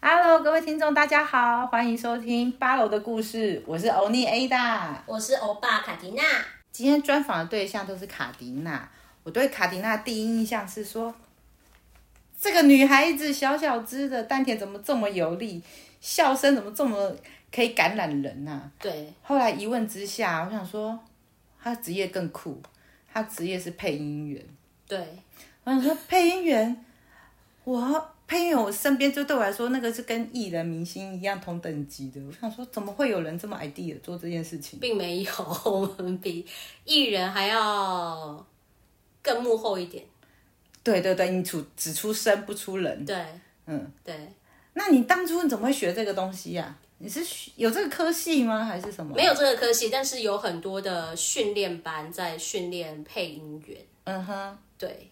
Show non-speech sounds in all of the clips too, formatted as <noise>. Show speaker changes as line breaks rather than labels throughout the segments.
Hello，各位听众，大家好，欢迎收听八楼的故事，我是欧尼 Ada。
我是欧巴卡迪娜，
今天专访的对象都是卡迪娜，我对卡迪娜第一印象是说，这个女孩子小小只的，丹田怎么这么有力，笑声怎么这么可以感染人呐、
对，
后来一问之下，我想说，她职业更酷，她职业是配音员。
对，
我想说嗯配音员，我配音员我身边就对我来说，那个是跟艺人、明星一样同等级的。我想说，怎么会有人这么 idea 做这件事情？
并没有，我们比艺人还要更幕后一点。
对对对，你出只出声不出人。
对，
嗯，
对，
那你当初你怎么会学这个东西呀、你是学有这个科系吗？还是什么？
没有这个科系，但是有很多的训练班在训练配音员。
嗯
啊
哼，
对，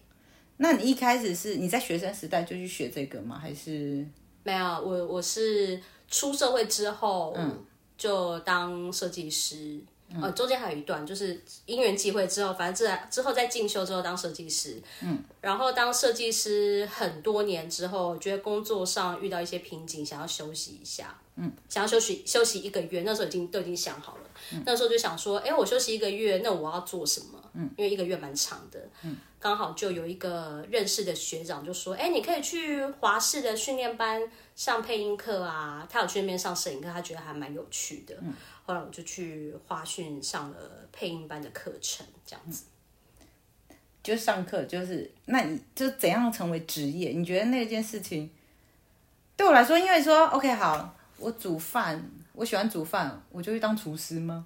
那你一开始是你在学生时代就去学这个吗？还是
没有，我我是出社会之后，就当设计师。呃，中间还有一段，就是因缘际会之后，反正之之后在进修之后当设计师，嗯，然后当设计师很多年之后，我觉得工作上遇到一些瓶颈，想要休息一下，嗯，想要休息休息一个月，那时候已经都已经想好了，那时候就想说，哎，我休息一个月，那我要做什么？嗯，因为一个月蛮长的，嗯，刚好就有一个认识的学长就说，哎，你可以去华视的训练班上配音课啊，他有去那边上摄影课，他觉得还蛮有趣的，后来我就去华讯上了配音班的课程，这样子。
就上课就是，那你就怎样成为职业？你觉得那件事情对我来说，因为说 OK 好，我煮饭，我喜欢煮饭，我就去当厨师吗？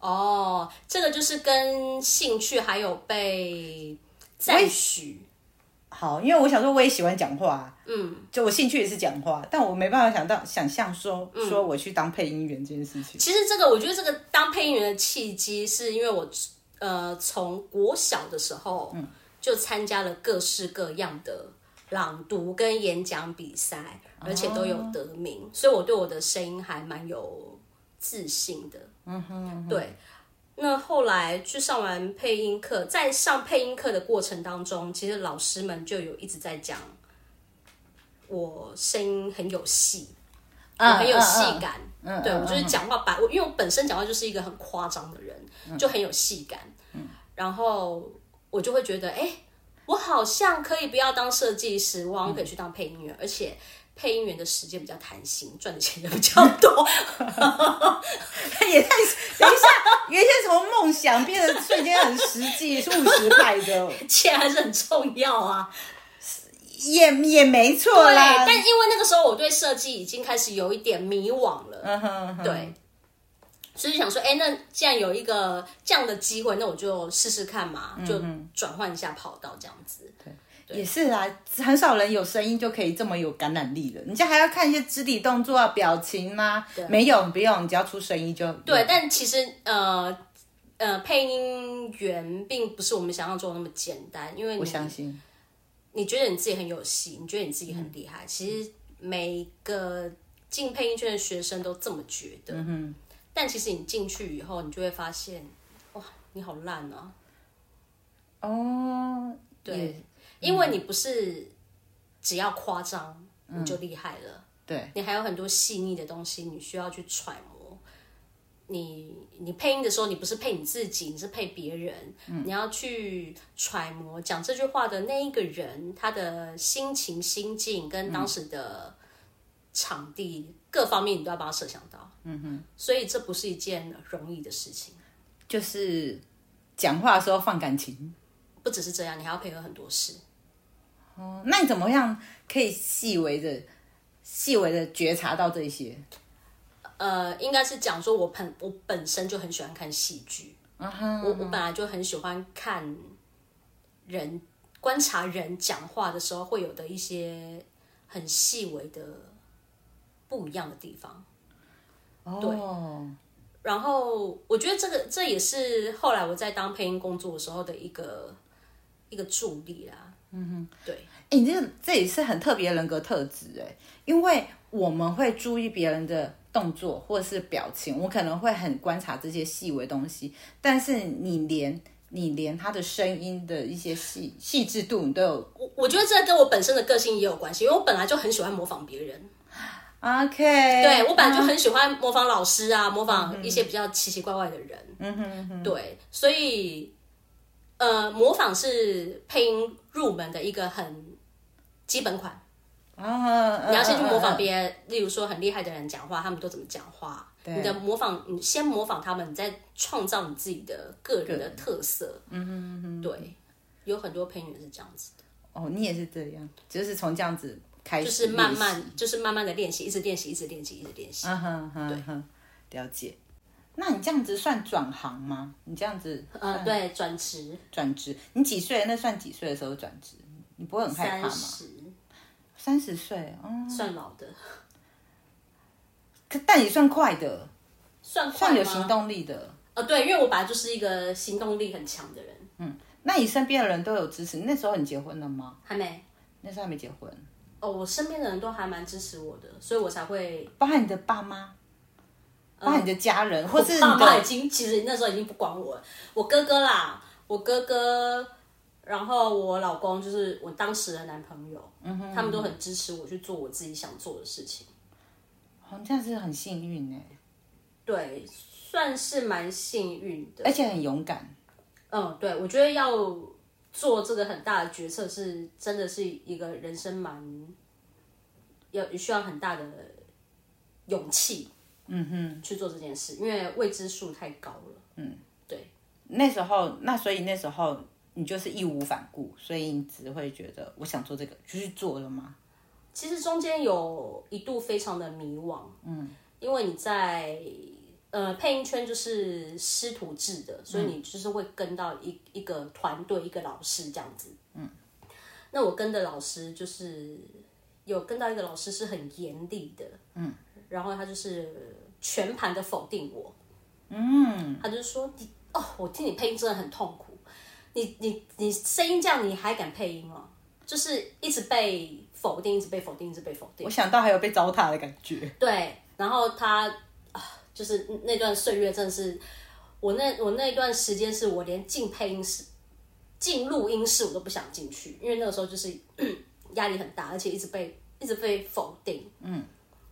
哦，这个就是跟兴趣还有被赞许，
好，因为我想说我也喜欢讲话，嗯，就我兴趣也是讲话，但我没办法想到想象说
嗯
说我去当配音员这件事情。
其实这个我觉得这个当配音员的契机，是因为我呃从国小的时候就参加了各式各样的朗读跟演讲比赛，而且都有得名，所以我对我的声音还蛮有自信的。嗯哼对。那后来去上完配音课，在上配音课的过程当中，其实老师们就有一直在讲，我声音很有戏，我很有戏
嗯嗯嗯
感。对我就是讲话白，我因为我本身讲话就是一个很夸张的人，
嗯
就很有戏感。然后我就会觉得，哎、我好像可以不要当设计师，我好
嗯
像可以去当配音员，而且。配音员的时间比较弹性，赚的钱也比较多。 <laughs>
<laughs> 也太等一下，原先从梦想变得瞬间很实际、务实派的，
<laughs> 钱还是很重要啊。
也也没错
对，
啦。
但因为那个时候我对设计已经开始有一点迷惘了，
嗯哼嗯哼
对，所以就想说，哎、那既然有一个这样的机会，那我就试试看嘛，
嗯
就转换一下跑道这样子。
也是啊，很少人有声音就可以这么有感染力了。你这还要看一些肢体动作啊、表情吗、没有，不用，你只要出声音就
对，。但其实呃呃，配音员并不是我们想象中的那么简单，因为
我
你
相信，
你觉得你自己很有戏，你觉得你自己很厉害，其实每个进配音圈的学生都这么觉得。嗯但其实你进去以后，你就会发现，哇，你好烂啊！
哦，也
对，因为你不是只要夸张你就厉害了，
对，
你还有很多细腻的东西你需要去揣摩。你你配音的时候，你不是配你自己，你是配别人，你要去揣摩讲这句话的那一个人他的心情、心境跟当时的场地、各方面，你都要把它设想到。嗯哼，所以这不是一件容易的事情。
就是讲话的时候放感情。
不只是这样，你还要配合很多事。
哦，那你怎么样可以细微的、细微的觉察到这些？
呃，应该是讲说我本我本身就很喜欢看戏剧，
啊哈，
我我本来就很喜欢看人观察人讲话的时候会有的一些很细微的不一样的地方。
哦，
然后我觉得这个这也是后来我在当配音工作的时候的一个一个助力啦。嗯哼，对
哎、你这个这也是很特别的人格特质哎，因为我们会注意别人的动作或是表情，我可能会很观察这些细微东西，但是你连你连他的声音的一些细细致度，你都有
我我觉得这跟我本身的个性也有关系，因为我本来就很喜欢模仿别人。
OK，
对我本来就很喜欢模仿老师啊，模仿一些比较奇奇怪怪的人。嗯哼对，所以呃，模仿是配音入门的一个很基本款。
啊，
你要先去模仿
别
别人，例如说很厉害的人讲话，他们都怎么讲话。你的模仿，你先模仿他们，你再创造你自己的个人的特色。嗯哼哼，对，有很多配音员是这样子的，
哦，你也是这样，就是从这样子开始，
就是慢，慢，就是慢慢的练习，一直练习，一直练习，一直练习。
嗯哼哼哼，了解。那你这样子算转行吗？你这样子
呃，对，转职
转职，你几岁？那算几岁的时候转职？你不会很害怕
三
吗？
十
三十岁，嗯，
算老的，
可但也算快的，
算快
算
吗
有行。动力的。
呃，对，因为我本来就是一个行动力很强的人，
嗯那你身边的人都有支持？那时候你结婚了吗？
还没。
那时候还没结婚，
哦，我身边的人都还蛮支持我的，所以我才会。
包含你的爸妈，包含你的家人，或是你
嗯爸妈已
的
经其实那时候已经不管我了，我哥哥啦，我哥哥，然后我老公就是我当时的男朋友，
嗯
他们都很支持我去做我自己想做的事情，
哦，这样是很幸运哎，
对，算是蛮幸运的。
欸而且很勇敢。
嗯，对，我觉得要做这个很大的决策是真的是一个人生蛮要需要很大的勇气，嗯哼，去做这件事，因为未知数太高了。
那时候，那所以那时候你就是义无反顾，所以你只会觉得我想做这个就去做了吗？
其实中间有一度非常的迷惘，嗯，因为你在呃配音圈就是师徒制的，所以你就是会跟到一一个团队一个老师这样子，嗯，那我跟的老师就是有跟到一个老师是很严厉的，嗯，然后他就是全盘的否定我，嗯，他就说你哦，我听你配音真的很痛苦，你你你声音这样你还敢配音哦？就是一直被否定，一直被否定，一直被否定
我。想到还有被糟蹋的感
<laughs>
觉，
对，然后他啊就是那段岁月真的是，我那我那段时间是我连进配音室、进录音室我都不想进去，因为那个时候就是 <coughs> 压力很大，而且一直被一直被否定。嗯，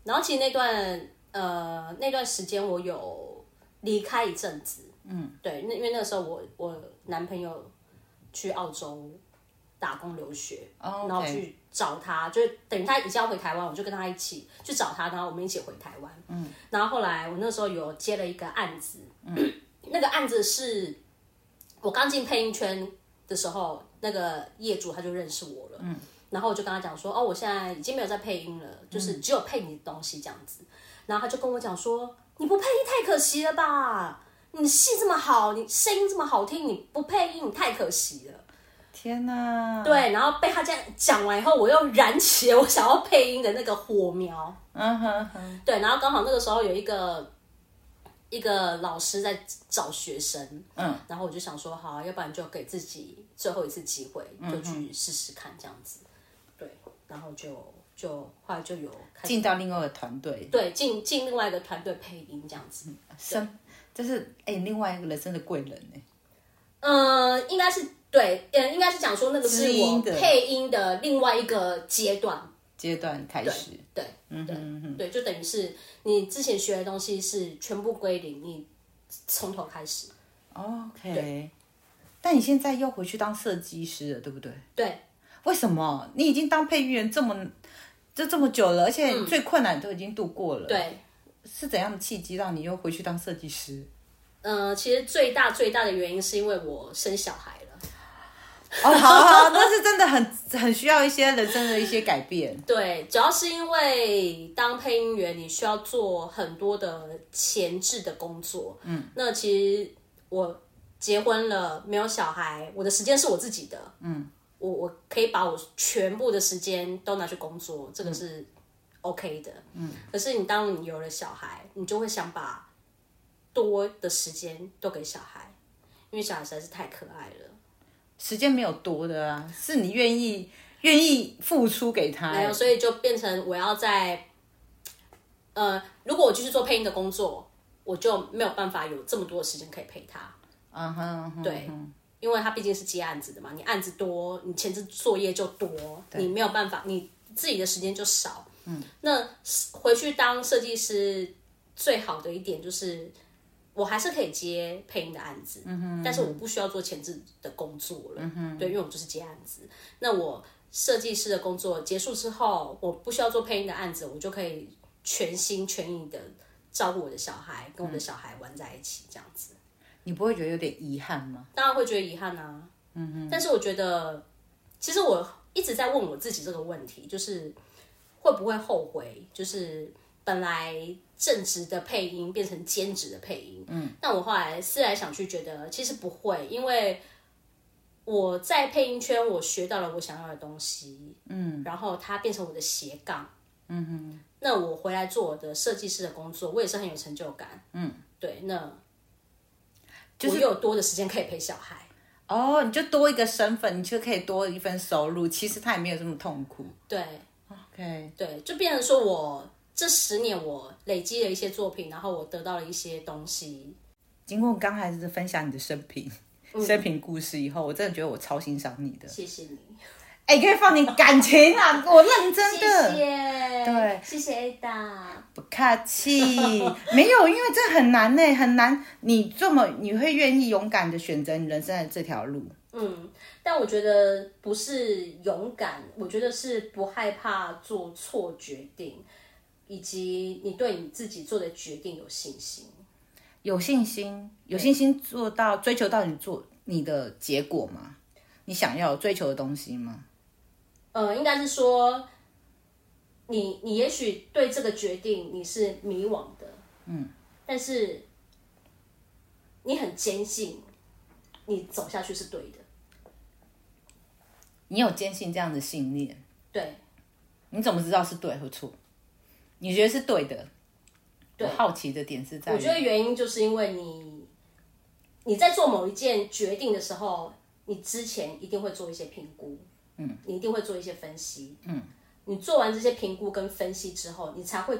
然后其实那段呃那段时间我有离开一阵子。嗯，对，那因为那个时候我我男朋友去澳洲打工留学，
哦
然后
OK
去找他，就等于他一下回台湾，我就跟他一起去找他，然后我们一起回台湾。嗯，然后后来我那时候有接了一个案子，那个案子是我刚进配音圈的时候，那个业主他就认识我了。嗯，然后我就跟他讲说，哦，我现在已经没有在配音了，就是只有配你的东西这样子。然后他就跟我讲说，你不配音太可惜了吧？你戏这么好，你声音这么好听，你不配音你太可惜了。
天哪！
对，然后被他这样讲完以后，我又燃起了我想要配音的那个火苗。
嗯哼哼，
对，然后刚好那个时候有一个一个老师在找学生，
嗯，
然后我就想说，好啊，要不然就给自己最后一次机会，
嗯
就去试试看这样子。对，然后就就后来就有开始
进到另外一个团队，
对进进另外一个团队配音这样子。
生，这是哎、另外一个人生的贵人哎、
嗯，应该是对，嗯，应该是讲说那个是
知音
我
的
配音的另外一个阶段。
阶段开始，嗯
对，对，对，就等于是你之前学的东西是全部归零，你从头开始。
哦 OK，但你现在又回去当设计师了，对不对？
对，
为什么？你已经当配音员这么就这么久了，而且最困难都已经度过了。
嗯对，
是怎样的契机让你又回去当设计师？
呃，其实最大最大的原因是因为我生小孩了。
哦，好好，那是真的很很需要一些人生的一些改变。
对，主要是因为当配音员，你需要做很多的前置的工作。嗯，那其实我结婚了，没有小孩，我的时间是我自己的。嗯，我我可以把我全部的时间都拿去工作，这个是 OK 的。嗯，可是你当你有了小孩，你就会想把多的时间都给小孩，因为小孩实在是太可爱了。
时间没有多的啊，是你愿意愿意付出给他。
没有，所以就变成我要在，呃，如果我继续做配音的工作，我就没有办法有这么多的时间可以陪他，
嗯哼，嗯哼
对，因为他毕竟是接案子的嘛，你案子多，你前置作业就多，你没有办法，你自己的时间就少。嗯，那回去当设计师最好的一点就是，我还是可以接配音的案子，但是我不需要做前置的工作了，对，因为我就是接案子。那我设计师的工作结束之后，我不需要做配音的案子，我就可以全心全意的照顾我的小孩，跟我的小孩玩在一起，这样子。
你不会觉得有点遗憾吗？
当然会觉得遗憾啊。嗯哼。但是我觉得，其实我一直在问我自己这个问题，就是会不会后悔？就是本来正职的配音变成兼职的配音。嗯。但我后来思来想去，觉得其实不会，因为我在配音圈我学到了我想要的东西。嗯。然后它变成我的斜杠。嗯哼。那我回来做我的设计师的工作，我也是很有成就感。嗯。对，那。
就是
我又有多的时间可以陪小孩，
哦，你就多一个身份，你就可以多一份收入。其实他也没有这么痛苦。
对
OK，
对，就变成说我这十年我累积了一些作品，然后我得到了一些东西。
经过刚才的分享你的生平、
嗯
生平故事以后，我真的觉得我超欣赏你的。
谢谢你，
哎、可以放你感情啊，我认真的。
谢谢，
对，
谢谢 Ada。
不客气，没有，因为这很难呢，很难。你这么你会愿意勇敢的选择你人生的这条路，
嗯，但我觉得不是勇敢，我觉得是不害怕做错决定，以及你对你自己做的决定有信心。
有信心，有信心做到追求到你做你的结果吗？你想要追求的东西吗？
呃，应该是说，你你也许对这个决定你是迷惘的，嗯，但是你很坚信你走下去是对的，
你有坚信这样的信念，
对
你怎么知道是对或错？你觉得是对的？
对
我好奇的点是在于，
我觉得原因就是因为你你在做某一件决定的时候，你之前一定会做一些评估，嗯，你一定会做一些分析，嗯，你做完这些评估跟分析之后，你才会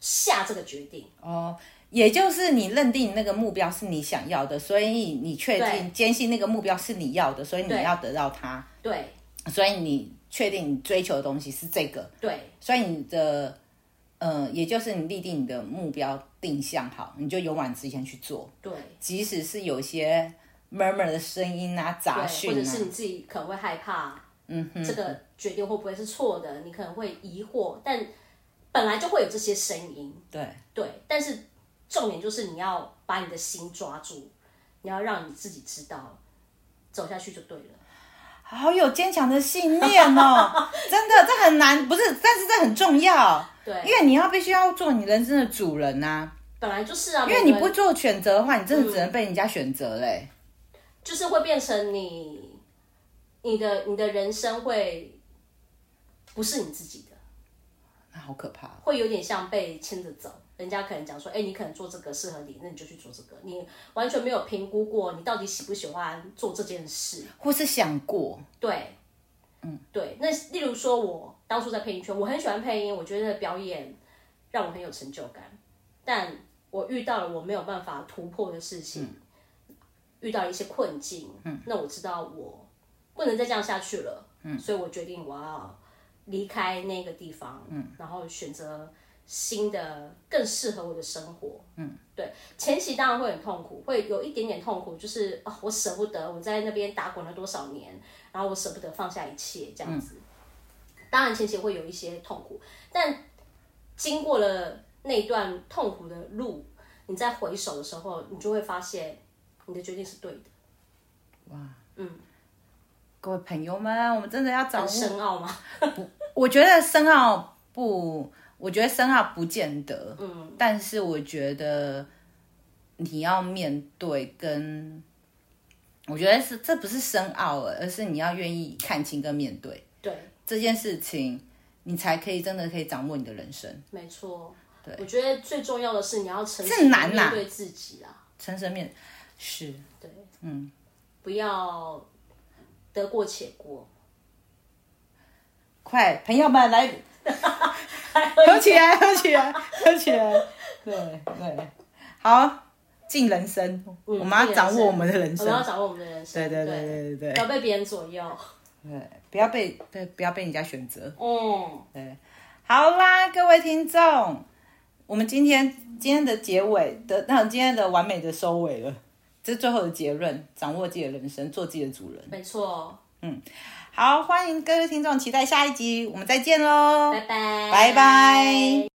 下这个决定。
哦，也就是你认定那个目标是你想要的，所以你确定坚信那个目标是你要的，所以你要得到它，
对
所以你确定你追求的东西是这个，
对，
所以你的呃，也就是你立定你的目标定向好，你就勇往直前去做，
对。
即使是有些 murmur 的声音啊、杂
对，或
讯
者
啊
是，你自己可能会害怕，嗯哼，这个决定会不会是错的？你可能会疑惑，但本来就会有这些声音，
对，
对。但是重点就是你要把你的心抓住，你要让你自己知道走下去就对了。
好有坚强的信念
<laughs>
哦，真的，这很难，不是，但是这很重要，
对，
因为你要必须要做你人生的主人呐、啊。
本来就是啊，
因为你
每
不
个人
做选择的话，你真的只能被人家选择欸嘞、
就是会变成你，你的你的人生会不是你自己的。嗯
那好可怕哦。
会有点像被牵着走。人家可能讲说，哎、你可能做这个适合你，那你就去做这个。你完全没有评估过你到底喜不喜欢做这件事。
或是想过，
对，嗯，对。那例如说，我当初在配音圈，我很喜欢配音，我觉得表演让我很有成就感。但我遇到了我没有办法突破的事情，遇到了一些困境，嗯，那我知道我不能再这样下去了，嗯，所以我决定我要离开那个地方，嗯，然后选择新的更适合我的生活，嗯，对，前期当然会很痛苦，会有一点点痛苦，就是啊、我舍不得我在那边打滚了多少年，然后我舍不得放下一切这
嗯
样子，当然前期会有一些痛苦，但经过了那段痛苦的路，你再回首的时候，你就会发现你的决定是对的，
各位朋友们，我们真的要掌
很
握。
深奥吗？
我觉得深奥不，我觉得深奥不见得，嗯，但是我觉得你要面对跟，我觉得是这不是深奥了，而是你要愿意看清跟面对
对，
这件事情，你才可以真的可以掌握你的人生，
没错。我觉得最重要的是你要诚
这
实地
难呐
面对自己啊，
人生面是。
对，嗯，不要得过且过。 <laughs>
快，朋友们来，合起来，合起来，合起来，对对，好，进人生，我们要掌握我们的人
我们要
生，
掌握我们的人生，
对对
对
对对对
不
嗯
要被别人左右。
对，不要被对，不要被人家选择。
嗯，
好啦，各位听众，我们今天今天的结尾的，那今天的完美的收尾了，这是最后的结论，掌握自己的人生，做自己的主人。
没错，
好，欢迎各位听众期待下一集，我们再见喽，
拜拜，
拜拜